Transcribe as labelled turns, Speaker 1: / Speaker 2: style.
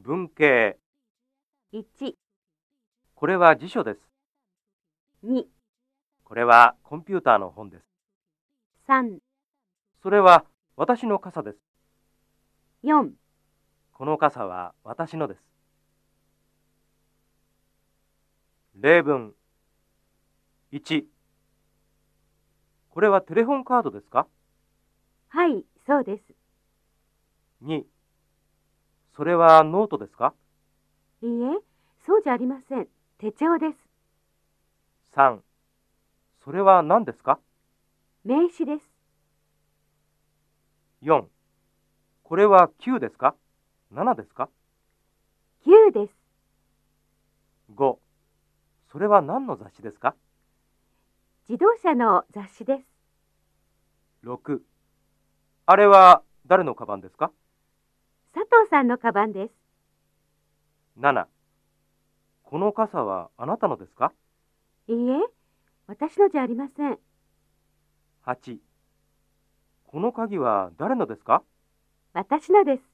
Speaker 1: 文系。
Speaker 2: 1、
Speaker 1: これは辞書です。
Speaker 2: 2、
Speaker 1: これはコンピューターの本です。
Speaker 2: 3、
Speaker 1: それは私の傘です。
Speaker 2: 4。
Speaker 1: この傘は私のです。例文1これはテレホンカードですか
Speaker 2: はい、そうです。
Speaker 1: ?2 それはノートですか
Speaker 2: いいえ、そうじゃありません。手帳です。
Speaker 1: ?3 それは何ですか
Speaker 2: 名刺です。
Speaker 1: ?4 これは9ですか ?7 ですか
Speaker 2: 9です。
Speaker 1: ?5 それは何の雑誌ですか
Speaker 2: 自動車の雑誌です。
Speaker 1: ?6 あれは誰のカバンですか
Speaker 2: 佐藤さんのカバンです。
Speaker 1: ?7 この傘はあなたのですか
Speaker 2: いいえ、私のじゃありません。
Speaker 1: 8この鍵は誰のですか
Speaker 2: 私のです。